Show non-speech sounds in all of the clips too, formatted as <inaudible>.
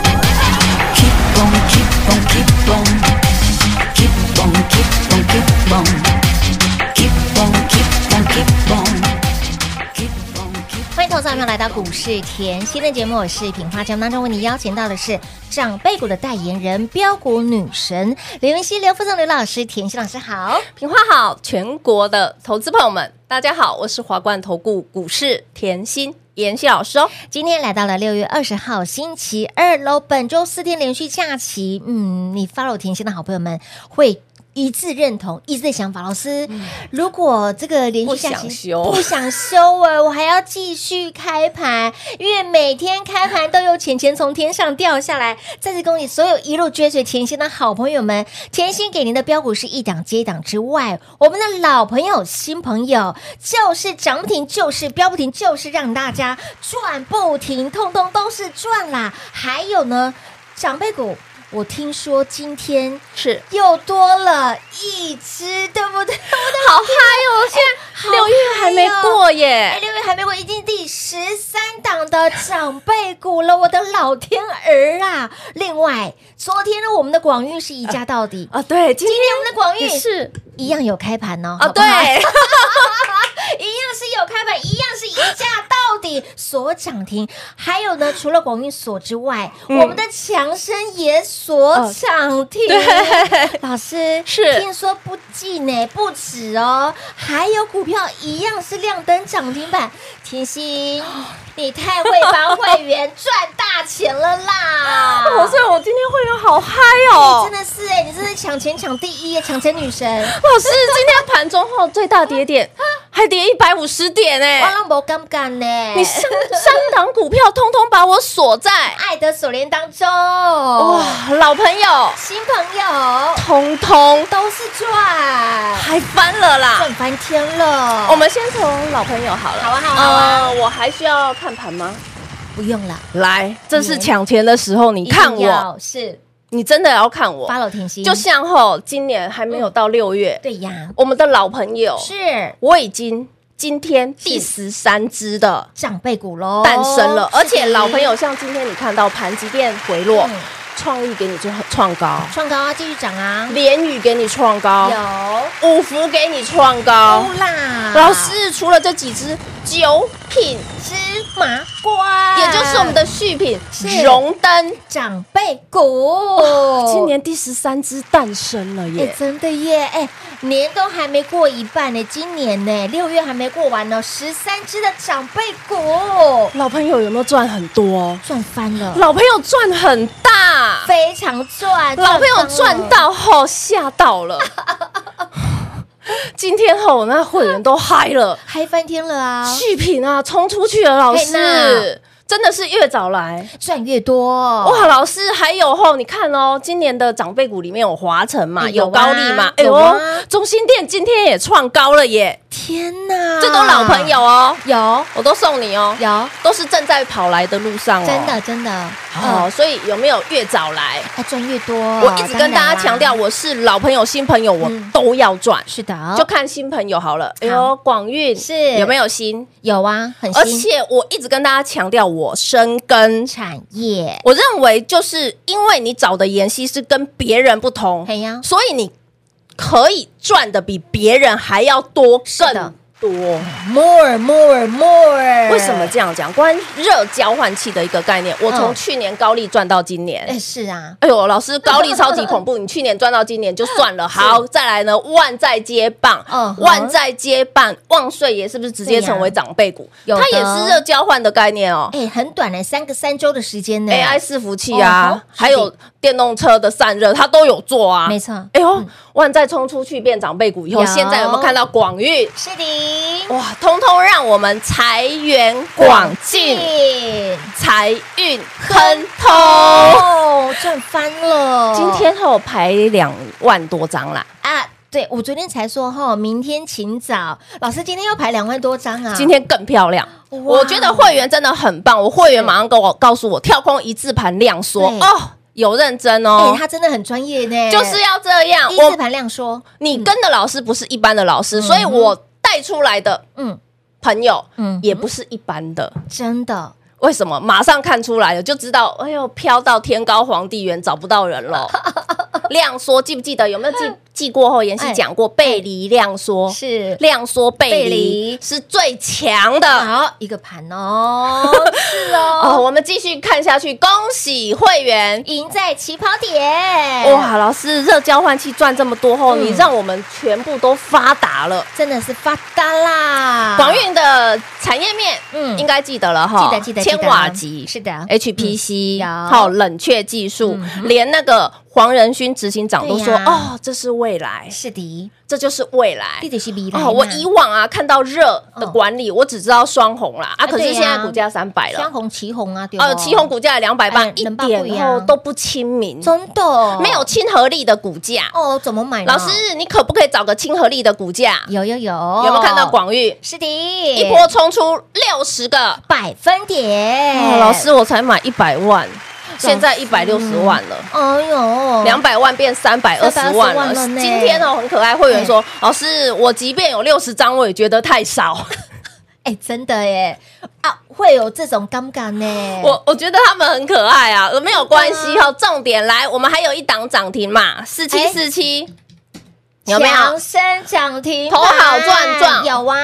Keep on, keep on, keep on, keep on, keep on, keep on, keep on, keep on, keep on, keep on, keep. 欢迎投资者朋友来到股市甜心的节目，我是品花。节目当中为你邀请到的是长辈股的代言人标股女神刘云熙、刘副总、刘老师、甜心老师好。平花好，全国的投资朋友们，大家好，我是华冠投顾股市甜心妍希老师哦。今天来到了六月二十号星期二喽，本周四天连续假期，嗯，你 follow 甜心的好朋友们会。一致认同，一致的想法。老师，如果这个连续假期不想休不想休哎、我还要继续开盘，因为每天开盘都有钱钱从天上掉下来。再次恭喜所有一路追随甜心的好朋友们，甜心给您的标股是一档接一档之外，我们的老朋友、新朋友就是涨不停，就是飙不停，就是让大家赚不停，通通都是赚啦。还有呢，长辈股。我听说今天是，又多了一只，对 <laughs> 不对？我好嗨哦！现在哎好哦六月还没过的哎，耶，六月还没过，已经第十三档的长辈股了，我的老天儿啊！另外，昨天呢，我们的广运是一家到底，啊，对，今今天我们的广也运是一样有开盘哦，啊，好不好对，一样是有开盘，一样是一价到底锁涨停。还有呢，除了广运锁之外，嗯我们的强生也锁涨停。老师哦是听说不计呢，不止哦，还有股票一样是亮灯涨停板。<laughs> 甜心，你太会帮会员赚大钱了啦！哦，所以 <laughs> 我今天会员好嗨你哦真。的是哎、你真是抢钱抢第一耶，抢钱 <laughs> 女神。老师，今天盘中后最大跌点还跌一百五十点我哎，让我敢不敢呢？你三三档股票通通把我锁在，爱的锁链当中哦哇，老朋友新朋友通通都是赚，还翻了啦。赚翻天了。我们先从老朋友好了。好啊好啊好啊呃我还需要看盘吗？不用了，来，这是抢钱的时候，你看一定我，要是你真的要看我。 follow 甜心，就像吼，今年还没有到六月，对呀，我们的老朋友，是我已经今天第十三只的长辈股喽，诞生了，哦是的而且老朋友像今天你看到盘积电回落嗯，创意给你就很创高，创高啊，继续涨啊，联宇给你创高，有五福给你创高欧。啦，老师，除了这几只九品芝麻瓜，也就是我们的续品是荣登，长辈股，今。年第十三只诞生了哎、耶！真的耶！哎、年都还没过一半呢，今年呢，六月还没过完呢，十三只的长辈股老朋友有没有赚很多？赚翻了，老朋友赚很大，非常赚，老朋友翻了赚到后吓到了。 <laughs> 今天吼，那会员都嗨了，嗨翻天了啊，续品啊冲出去了，老嘿呐师真的是越早来赚越多哇！老师还有吼，你看哦，今年的长辈股里面有华晨嘛，有啊哎有高丽嘛，有啊中心店今天也创高了耶，天哪，这都老朋友哦。啊有我都送你哦，有，都是正在跑来的路上哦，真的真的哦，哦，所以有没有越早来？还赚越多。我一直跟大哦当然家啦强调，，我是老朋友、新朋友，我嗯都要赚，是的，就看新朋友好了。哎好呦，广运是有没有新？有啊，很而新且我一直跟大家强调，我深耕。产业，我认为就是因为你找的妍希是跟别人不同，嘿呀所以你可以赚的比别人还要多，的更多。 more more more，为什么？这样讲？关于热交换器的一个概念，我从嗯去年高利赚到今年。哎，是啊，哎呦，老师，高利超级恐 <laughs> 怖！你去年赚到今年就算了，好，再来呢，万债接棒嗯，哼万债接棒，旺税爷是不是直接对呀成为长辈股？有的它也是热交换的概念哦。哎哎，很短呢，三个三周的时间呢 AI 伺服器哎哦好啊，还是的有电动车的散热，它都有做啊。没错嗯哎呦，万载冲出去变长辈股以后，有现在有没有看到广运？是的，哇，通通让我们财源广进，财运亨通。哦，赚翻了！今天后排两万多张啦，啊，对我昨天才说哈，明天请早。老师今天要排两万多张啊，今天更漂亮。哇我觉得会员真的很棒，我会员马上跟我告诉我跳空一字盘量缩对哦，有认真哎、哦，他真的很专业呢，就是要这样。第一我次盘量说，你跟的老师不是一般的老师，所以我带出来的嗯，朋友，嗯嗯，也不是一般的。真的为什么？马上看出来了，就知道，哎呦，飘到天高皇帝远，找不到人 <laughs> 了。量缩记不记得？有没 <laughs> 有记记过后？妍希讲过，背离量缩，是量缩背背离离哎是最强的。好一个盘 <laughs> 哦，是哦，哦，我们继续看下去，恭喜会员！赢在起跑点，，哇，老师，热交换器赚这么多后，你让我们全部都发达了。真的是发达啦！广运的产业面，嗯嗯，应该记得了哈，记得记得记得千瓦级是的 HPC，嗯有还有冷却技术，连那个黄仁勋执行长都对说，呀哦，这是未来，是的，这就是未来弟。弟是 B 来哦，我以往啊看到热的嗯管理，我只知道双红啦，啊啊，可对是呀现在股价三百双了，红旗红啊，对哦，不旗红股价两百哎半，一能吧不一点样后都不亲民，真的没有亲和力的股价。哦，怎么买呢？老师，你可不可以找个亲和力的股价？有有有，有有没有看到？广域是的，一一波冲出六十个？百分点。哦，老师，，我才买一百万，现在一百六十万了。哎呦，两百万变三百二十万万了。了呢今天哦，很可爱，会员说：“老师，我即便有六十张，我也觉得太少。哎，真的耶啊，会有这种尴尬呢。 <laughs> 我我觉得他们很可爱啊，没有关系嗯哦。重点来，我们还有一档涨停嘛，四七四七，有没有哎强？升涨停，头好壮壮有啊，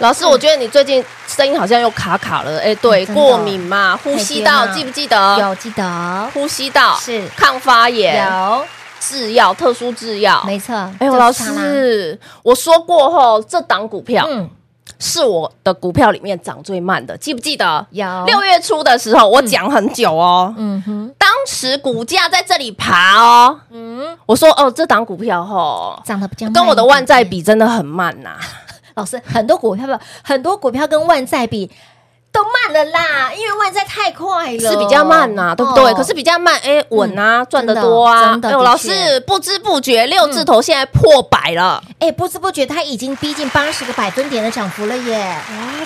老师，我觉得你最近声音好像又卡卡了。哎，对，嗯真的过敏嘛，呼吸道哎天啊记不记得？有记得呼吸道是抗发炎，有，制药特殊制药，没错。哎就呦，是老它啦，师，我说过吼，这档股票嗯，是我的股票里面涨最慢的，记不记得？有六月初的时候，我讲很久哦，嗯哼，当时股价在这里爬哦，嗯，我说哦，这档股票吼，涨得比较慢跟我的万债一点比真的很慢呐、点，老师很多股票吧，很多股票跟万债比都慢了啦，因为万债太快了，是比较慢呐、对不对？哦嗯可是比较慢，哎，稳啊，赚得真的多啊真。的哎呦，的老确嗯师不知不觉六字头现在破百了，哎，不知不觉它已经逼近八十个百分点的涨幅了耶，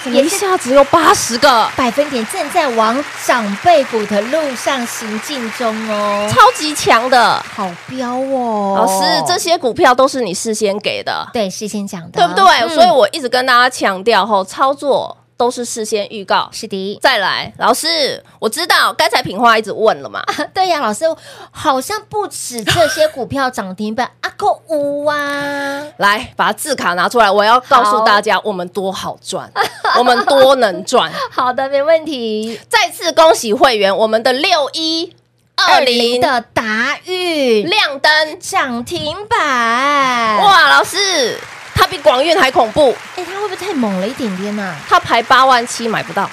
怎么一下子有八十个？百分点正在往长辈股的路上行进中哦，超级强的，好标哦，老师，这些股票都是你事先给的，对事先讲的，对啊嗯不对？所以我一直跟大家强调，吼，操作都是事先预告。嗯是的， <laughs> 再来，老师，我知道刚才品花一直问了嘛，对呀，老师好像不止这些股票涨停板，阿扣五啊，来把字卡拿出来，我要告诉大家，我们多好赚， <laughs> 我们多能赚。好的，没问题。再次恭喜会员，我们的六一二零的达玉亮灯，涨停板，哇！哇，老师，它比广运还恐怖，哎、它会不会太猛了一点点呐、啊？它排八万七买不到。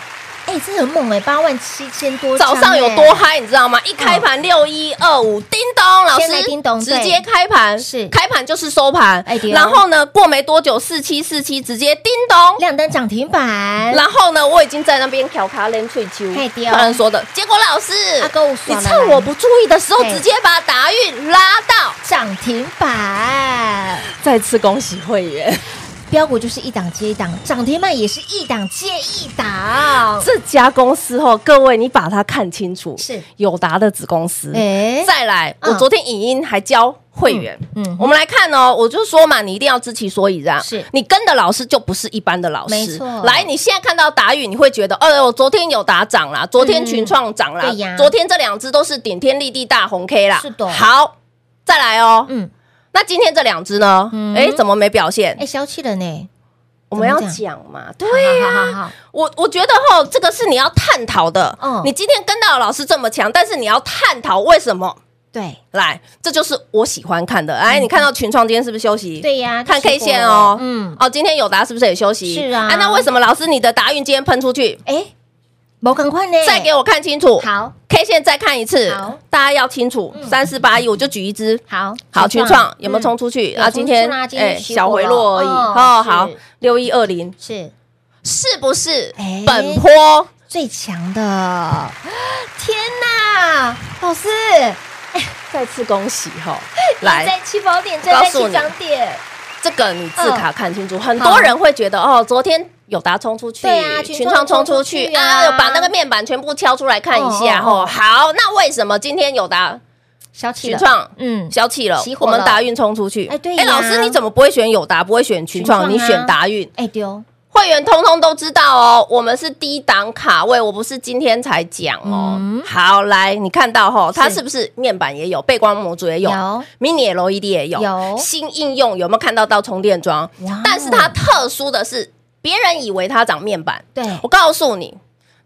哎、这很猛哎、八万七千多、早上欸有多？嗨，你知道吗？一开盘六一二五，叮咚，老先来师，嗯叮咚直对接开盘，是开盘就是收盘哎对哦。然后呢，过没多久四七四七直接叮咚，亮灯涨停板，然后呢，我已经在那边调卡连翠秋哎对哦他人说的，结果老师啊够爽，你了啦趁我不注意的时候，嘿直接把达运拉到，涨停板，再次恭喜会员，哎标股就是一档接一档，涨停板也是一档接一档。这家公司哦，各位你把它看清楚，是友达的子公司，哎、再来，嗯我昨天影音还教会员，嗯嗯，嗯我们来看哦，我就说嘛，你一定要知其所以然，是你跟的老师就不是一般的老师，没错来，你现在看到达宇，你会觉得，哦呦，昨天有打涨啦，昨天群创涨啦，嗯对呀昨天这两只都是顶天立地大红 K 啦，是的好，再来哦，嗯，那今天这两只呢嗯？哎、怎么没表现？哎、消气了呢。我们要怎么讲嘛，对呀、好 <laughs> 好好好，我我觉得吼，这个是你要探讨的。嗯你今天跟到的老师这么强，但是你要探讨为什么。对来，这就是我喜欢看的。哎，你看到群创今天是不是休息？嗯对呀看吃过 K 线哦。嗯嗯，哦，今天友达是不是也休息？是啊那为什么老师你的达运今天喷出去？哎、某赶快呢，再给我看清楚。好，K 线再看一次好，大家要清楚。三四八一，我就举一只。好嗯好，群创有没嗯有冲出出？去？有啊，冲今天出啦今天哎起小火回了落而已。哦哦，好是，六一二零是是不是哎本坡？最强的， <gasps> 天哪，老师，再次恭喜哈！<laughs> 你来，在起跑点站在告诉起你涨点，这嗯个你字卡看清楚，很多人会觉得哦，昨天。友达冲出去，对啊群群创创冲冲出出去去啊啊！有把那个面板全部敲出来看一下哦哦哦哦。好，那为什么今天友达小起了群创嗯，消气了熄？火我了们达运冲出去。哎对呀哎，老师你怎么不会选友达，不会选群创？群你创啊选达运，哎丢，会员通通都知道哦。我们是低档卡位，我不是今天才讲哦。嗯好，来你看到吼，它是是不是面板也有，背光模组也有有，mini LED E 也有，有新应用有没有看到到充电桩哇哦？但是它特殊的是，别人以为它长面板，对我告诉你。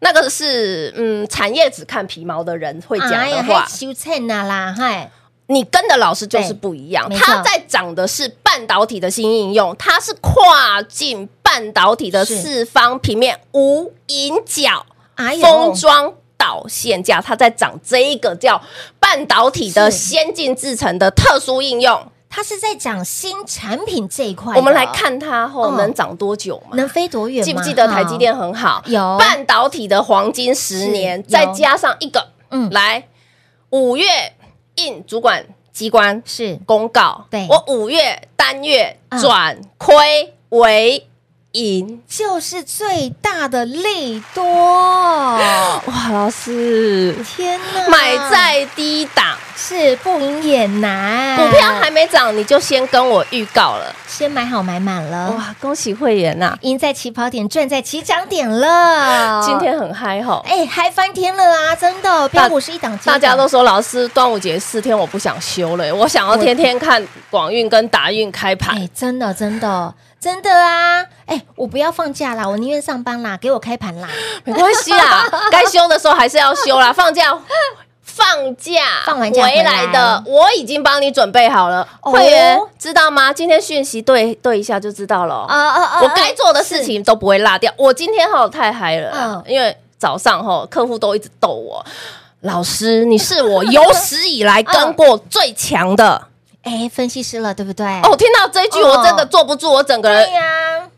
那个是嗯，产业只看皮毛的人会讲哎的呀话，还修正啊啦，嗨，你跟的老师就是对不一样没，错他在讲的是半导体的新应用，它是跨境半导体的是四方平面无影脚哎呦封装。导线架，它在涨这一个叫半导体的是先进制程的特殊应用。他是在讲新产品这一块的，我们来看它后哎嗯能涨多久嘛？能飞多远吗，嗯记不记得台积电很好？有半导体的黄金十年，是再有加上一个，嗯嗯，来五月应主管机关是公告，对我五月单月嗯转亏为盈。就是最大的利多， <laughs> 哇，老师，天哪，买在低档，是不赢也难，股票还没涨，你就先跟我预告了。先买好买满了，哇，恭喜会员呐，赢在起跑点，赚在起涨点了，今。天很嗨吼。哦哎，嗨翻天了啊！真的，标股是一档接一档，大家都说老师，端午节四天我不想休了，我想要天天看广运跟达运开哎盘。，真的，真的，真的啊！哎，我不要放假啦，我宁愿上班啦，给我开盘啦，没关系 <laughs> 啦，该休的时候还是要休啦，放假。放假，放完假啊回来的，我已经帮你准备好了。哦会员知道吗？今天讯息对对一下就知道了哦。啊啊我该做的事情都不会落掉。我今天哈太嗨了嗯啦，因为早上哈客户都一直逗我，老师你是我有史以来跟过最强的。哎，分析师了，对不对？哦，，听到这一句哦我真的坐不住，我整个人对哎呀，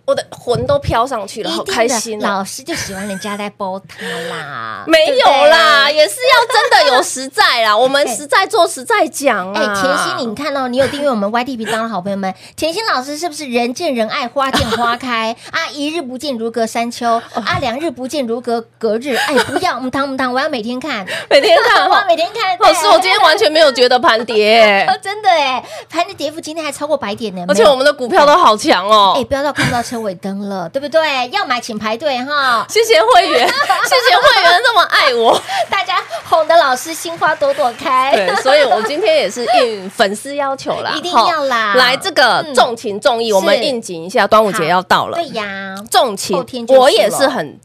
我的魂都飘上去一了，定好的开心啊！老师就喜欢人家在包他啦， <laughs> 没对不啊对啊有啦，。也是要真的有实在 <laughs> 啦，我们实在做实在讲哎，啊。甜心，你看哦，你有订阅我们 YT 频道的好朋友们，甜心老师是不是人见人爱，花见花开啊？一日不见如隔三秋哦啊，两日不见如隔隔日。哎，不要，唔糖唔糖，我要每天看， <laughs> 每天 <laughs> 看我要哦，每天看。老师，我今天完全没有觉得盘跌，哦，真的哎，盘的跌幅今天还超过百点呢， <laughs> 而且没有我们的股票都好强哦哎，。不要到看不到车尾灯了，对不对？要买请排队 <laughs> 哈，谢谢会员，谢谢会员这么爱 <laughs> 我。大家哄得老师心花朵朵开。对，所以 <laughs> 我今天也是应粉丝要求啦，一定要啦吼来，这个嗯重情重义，我们应景一下，端午节要到了对，呀，重后情天，就是了我也是很。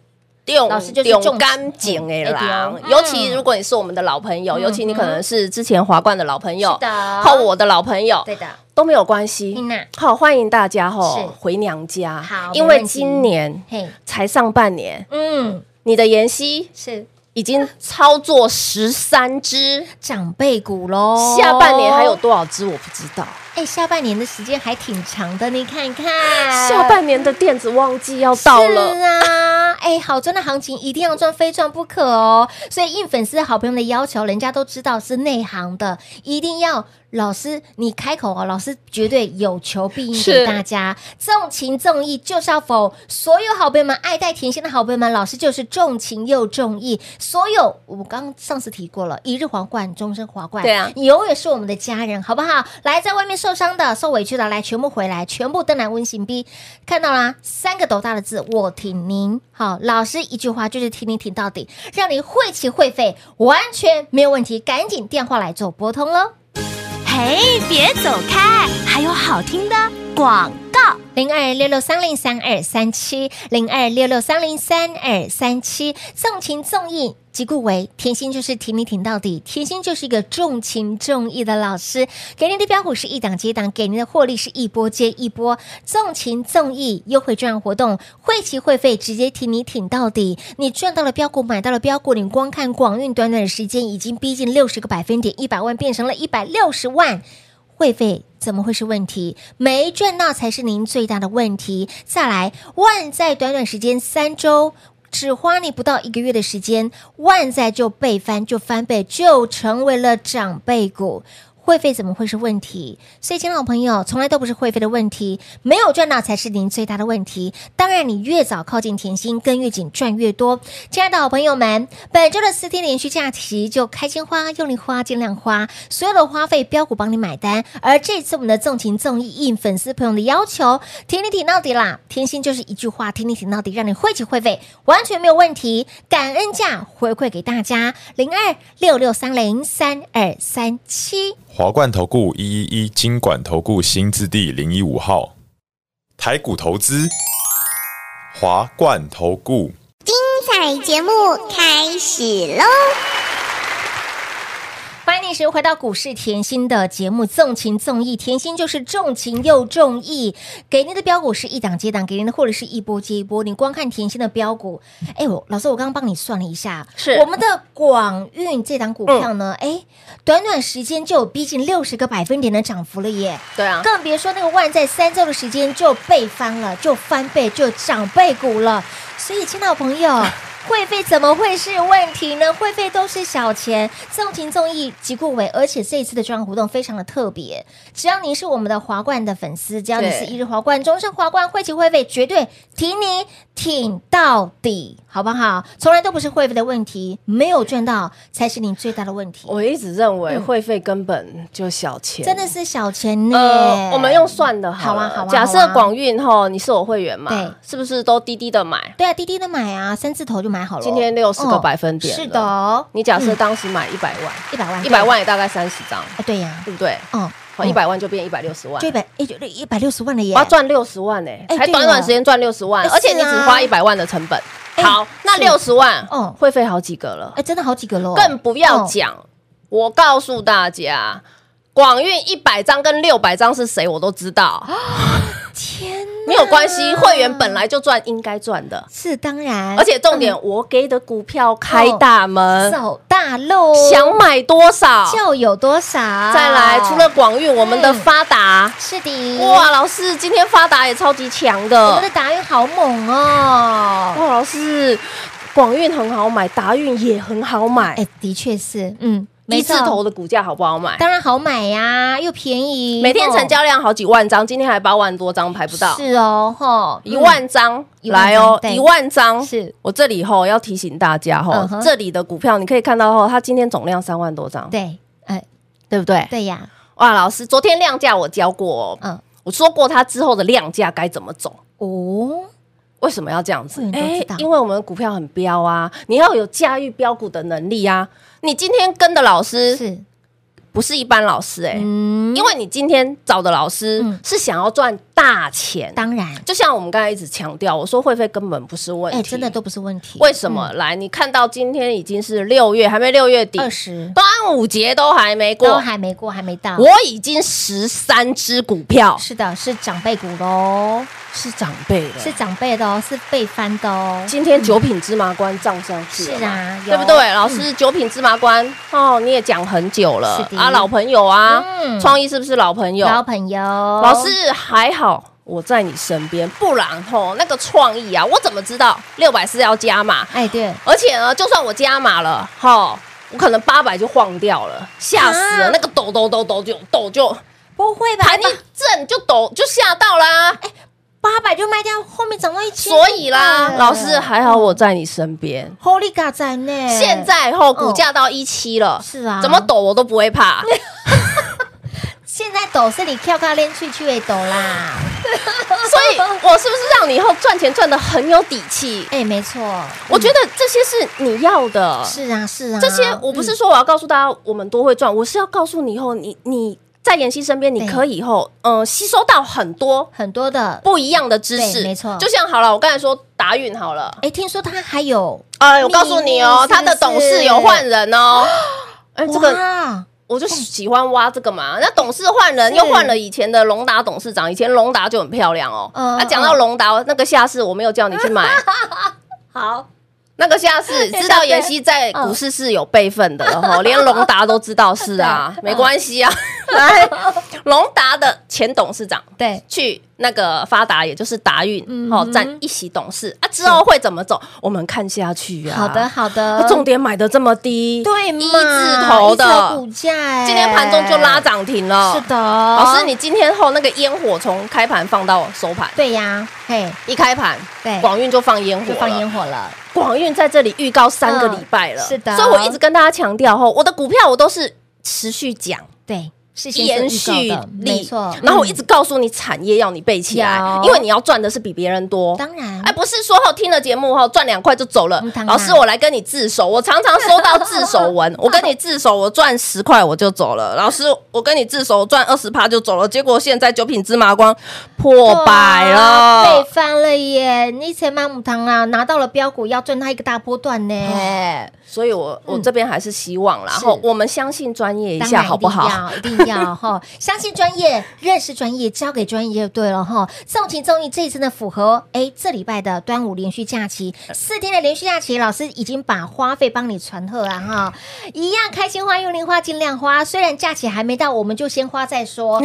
用老师就是重用情干净的啦哎对哦，尤其如果你是我们的老朋友，嗯尤其你可能是之前华冠的老朋友是，的和我的老朋友对的，都没有关系嗯呐。好，欢迎大家是吼回娘家好，因没为问题今年嘿，才上半年，嗯，你的妍希是已经操作十三只，长辈股喽。下半年还有多少只我不知道。哎，下半年的时间还挺长的，你看看。下半年的电子旺季要到呃是了，啊，哎，好赚的行情一定要赚，非赚不可哦。所以应粉丝好朋友的要求，人家都知道是内行的，一定要老师你开口哦，老师绝对有求必应给是大家，重情重义就是要否所有好朋友们爱戴甜心的好朋友们，老师就是重情又重义。所有我刚上次提过了，一日皇冠，终身皇冠，对啊你永远是我们的家人，好不好？来，在外面受伤的、受委屈的，来，全部回来，全部登来温馨逼，看到啦，三个斗大的字，我挺您。好，老师一句话就是挺你挺到底，让你会起会费，完全没有问题。赶紧电话来做拨通喽。嘿，别走开，还有好听的广告。零二六六三零三二三七，零二六六三零三二三七，纵情纵意。即故为甜心，就是挺你挺到底。甜心就是一个重情重义的老师，给您的标股是一档接一档，给您的获利是一波接一波，纵情纵义优惠券活动，会期会费直接挺你挺到底。你赚到了标股，买到了标股，你光看广运，短短的时间已经逼近六十个百分点，一百万变成了一百六十万。会费怎么会是问题？没赚到才是您最大的问题。再来，万在短短时间三周。只花你不到一个月的时间，万载就倍翻，就翻倍，就成为了长辈股。会费怎么会是问题？所以，亲爱的朋友，从来都不是会费的问题，没有赚到才是您最大的问题。当然，你越早靠近甜心，跟越紧，赚越多。亲爱的好朋友们，本周的四天连续假期就开心花、用力花、尽量花，所有的花费标股帮你买单。而这次我们的纵情纵义应粉丝朋友的要求，挺你挺到底啦！甜心就是一句话，挺你挺到底，让你汇起会费完全没有问题。感恩价回馈给大家，零二六六三零三二三七。华冠投顾一一一金管投顾新字第零一五号，台股投资，华冠投顾。彩节目开始喽！欢迎你，时回到股市甜心的节目《纵情纵义》，甜心就是重情又重义，给您的标股是一档接档，给您的获利是一波接一波。你光看甜心的标股，哎，我老师，我刚刚帮你算了一下，是我们的广运这档股票呢，哎、短短时间就有逼近六十个百分点的涨幅了耶，对啊，更别说那个万在三周的时间就倍翻了，就翻倍，就涨倍股了。所以，亲爱的 <laughs> 朋友，会费怎么会是问题呢？会费都是小钱，纵情纵义，即故为。而且这一次的专案活动非常的特别，只要您是我们的华冠的粉丝，只要你对是一日华冠、终身华冠、会籍会费，绝对挺你挺到底，好不好？从来都不是会费的问题，没有赚到才是你最大的问题，我一直认为会费根本就小钱，嗯真的。是小钱呢。呃，我们用算的好了好啊好啊假好设啊广运吼，你是我会员嘛？对是不是都滴滴的买？对啊，滴滴的买啊，三字头就买好了。今天60个百分点哦了是的哦，你假设当时买一百万，一百万，一百万也大概三十张，啊，对呀，对不对？哦，好，一百万就变一百六十万就，一百，哎，就一百六十万了耶我要！赚六十万呢，哎才对短了短时间赚六十万哎，而且你是啊只花一百万的成本。哎好，那是六十万，嗯，哦会费好几个了哎，，真的好几个喽，更不要哦讲。我告诉大家，广运一百张跟六百张是谁我都知道，啊天哪，没有关系，会员本来就赚应该赚的，哦是当然，而且重嗯点，呃我给的股票开大门，走大路，想买多少？就有多少。再来，除了广运，我们的发达，是的，哇，，老师，今天发达也超级强嗯我们的的，达运好猛哦！哇，老师，广运很好买，达运也很好买哎，，的确是，嗯，一没错字头的股价好不好买？当然好买呀，又便宜，每天成哦交量好几万张，今天还八万多张，排不到。是哦，吼，一万张一万张来哦，对一万张是我这里吼要提醒大家吼嗯，哼这里的股票你可以看到吼，它今天总量三万多张嗯，，对，哎，对不对？对呀，哇，老师，昨天量价我教过哦，嗯，我说过它之后的量价该怎么走。哦，为什么要这样子会员？都嗯知道因为我们股票很标啊，你要有驾驭标股的能力啊。你今天跟的老师是，不是一般老师哎、嗯因为你今天找的老师嗯是想要赚大钱。当然，就像我们刚才一直强调，我说会费根本不是问题，哎，真的都不是问题。为什么？来，你看到今天已经是六月，还没六月底，二十端午节都还没都过，还没过，还没到？我已经十三只股票是的，是长辈股喽，是长辈了，是长辈的哦，是被翻的哦。今天九品芝麻官涨上去了嘛是啊有对不对？老师，九品芝麻官哦，你也讲很久了是的啊，老朋友啊嗯，创意是不是老朋友？老朋友，老老，师还好。我在你身边，不然吼那个创意啊，我怎么知道六百是要加码？哎，对，而且呢，就算我加码了，哈，我可能八百就晃掉了，吓死了！啊那个抖抖抖抖就抖就不会吧？盘一震就抖就吓到啦，哎八百就卖掉，后面涨到一千，所以啦，老师还好我在你身边。 ，Holy God 在呢。现在吼嗯股价到一七了，是啊怎么抖我都不会 <laughs> 怕。现在抖是你跳高练去去也抖啦，所以我是不是让你以后赚钱赚的很有底气？哎，没错，我觉得这些是你要的，是啊，是啊，这些我不是说我要告诉大家我们都会赚，我是要告诉你以后你你在妍希身边，你对可以以后嗯吸收到很多很多的。不一样的知对识，没错就像好了，我刚才说达运好了，哎，听说他还有哎，我告诉你哦秘密是，不是他的董事有换人哦。哎，这个哇我就喜欢挖这个嘛。那董事换人，是又换了以前的龙达董事长，以前龙达就很漂亮哦。嗯啊，讲到龙达那个下市，我没有叫你去买。 <laughs> 好，那个下市知道妍希在股市是有备份的哦，连龙达都知道是 <laughs> 啊，没关系啊。嗯 <laughs> 来，龙达的前董事长对，去那个发达，也就是达运嗯哦哼，占一席董事啊，之后会怎么走，我们看下去啊。好的好的那，重点买的这么低，对嘛一字头一字头的股，价哎，今天盘中就拉涨停了。是，的，老老师，你今天后那个烟火从开盘放到收盘，对呀，嘿，一开盘对，广运就放烟火就了，放烟火了，广运在这里预告三个礼拜了，嗯是的所以我一直跟大家强调吼，我的股票我都是持续讲。对，是先延做预续告的力，没错。然后我一嗯直告诉你产业要你背起来，有因为你要赚的是比别人多。哦当然，啊哎，不是说后听了节目后赚两块就走了嗯嗯当。然老师，我来跟你自首，我常常收到自首 <laughs> 文，我跟你自首，我赚十块我就走了。老师，我跟你自首，我赚二十趴就走了。结果现在九品芝麻官破百哇了被，翻了耶！你才买母汤啊，拿到了标股，要赚它一个大波段呢。哦所以我我这边还是希望啦，是后我们相信专业一当下然好不好？一定要，一定 <laughs> 要哈！相信专业，认识专业，交给专业就对了哈。纵情综艺这一次呢，符合哎这礼拜的端午连续假期嗯四天的连续假期，老师已经把花费帮你传贺啊哈！一样开心花用零花尽量花，虽然假期还没到，我们就先花再说。 <laughs>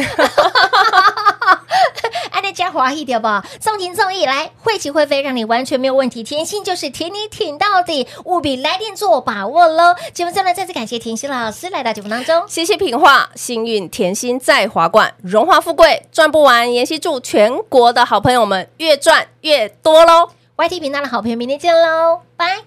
安内加华一点吧，纵情纵意来，会起会飞，让你完全没有问题。甜心就是挺你挺到底，务必来电做把握喽！节目最后呢，再次感谢甜心老师来到节目当中。谢谢品画，幸运甜心在华冠，荣华富贵赚不完。妍希祝全国的好朋友们越赚越多喽！ YT 频道的好朋友，明天见喽，拜。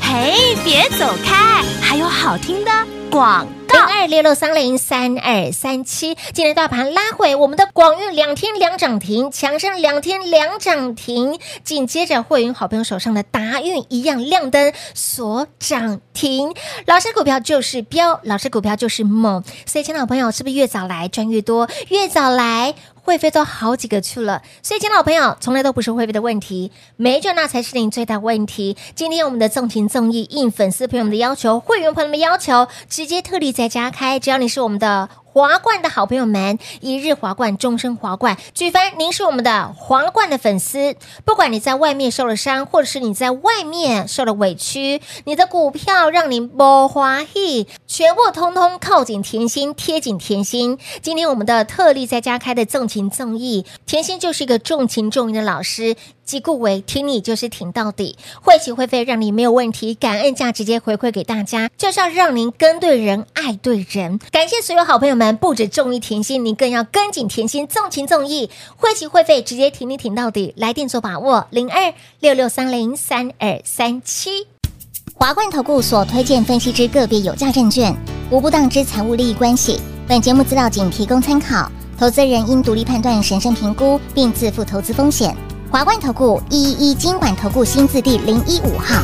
嘿，别走开，还有好听的广告零。二六六三零三二三七，今天大盘拉回，我们的广运两天两涨停，强盛两天两涨停，紧接着会云好朋友手上的达运一样亮灯所涨停。老师股票就是标，老师股票就是猛，所以亲爱的朋友，是不是越早来赚越多，越早来？会飞都好几个去了，所以，亲老朋友，从来都不是会飞的问题，没赚那才是您最大问题。今天我们的纵情纵义应粉丝朋友们的要求，会员朋友们的要求，直接特例再加开，只要你是我们的。华冠的好朋友们，一日华冠，终身华冠。举凡您是我们的华冠的粉丝，不管你在外面受了伤，或者是你在外面受了委屈，你的股票让您不花意，全部通通靠紧甜心，贴紧甜心。今天我们的特例在家开的纵情纵义，甜心就是一个重情重义的老师。即故为听你就是挺到底，会起会飞让你没有问题，感恩价直接回馈给大家，就是要让您跟对人，爱对人。感谢所有好朋友们，不止中意甜心，您更要跟紧甜心，纵情纵义，会起会飞直接挺你挺到底，来电做把握零二六六三零三二三七。华冠投顾所推荐分析之个别有价证券，无不当之财务利益关系。本节目资料仅提供参考，投资人应独立判断、审慎评估，并自负投资风险。华冠投顾一一一金管投顾新字第零一五号。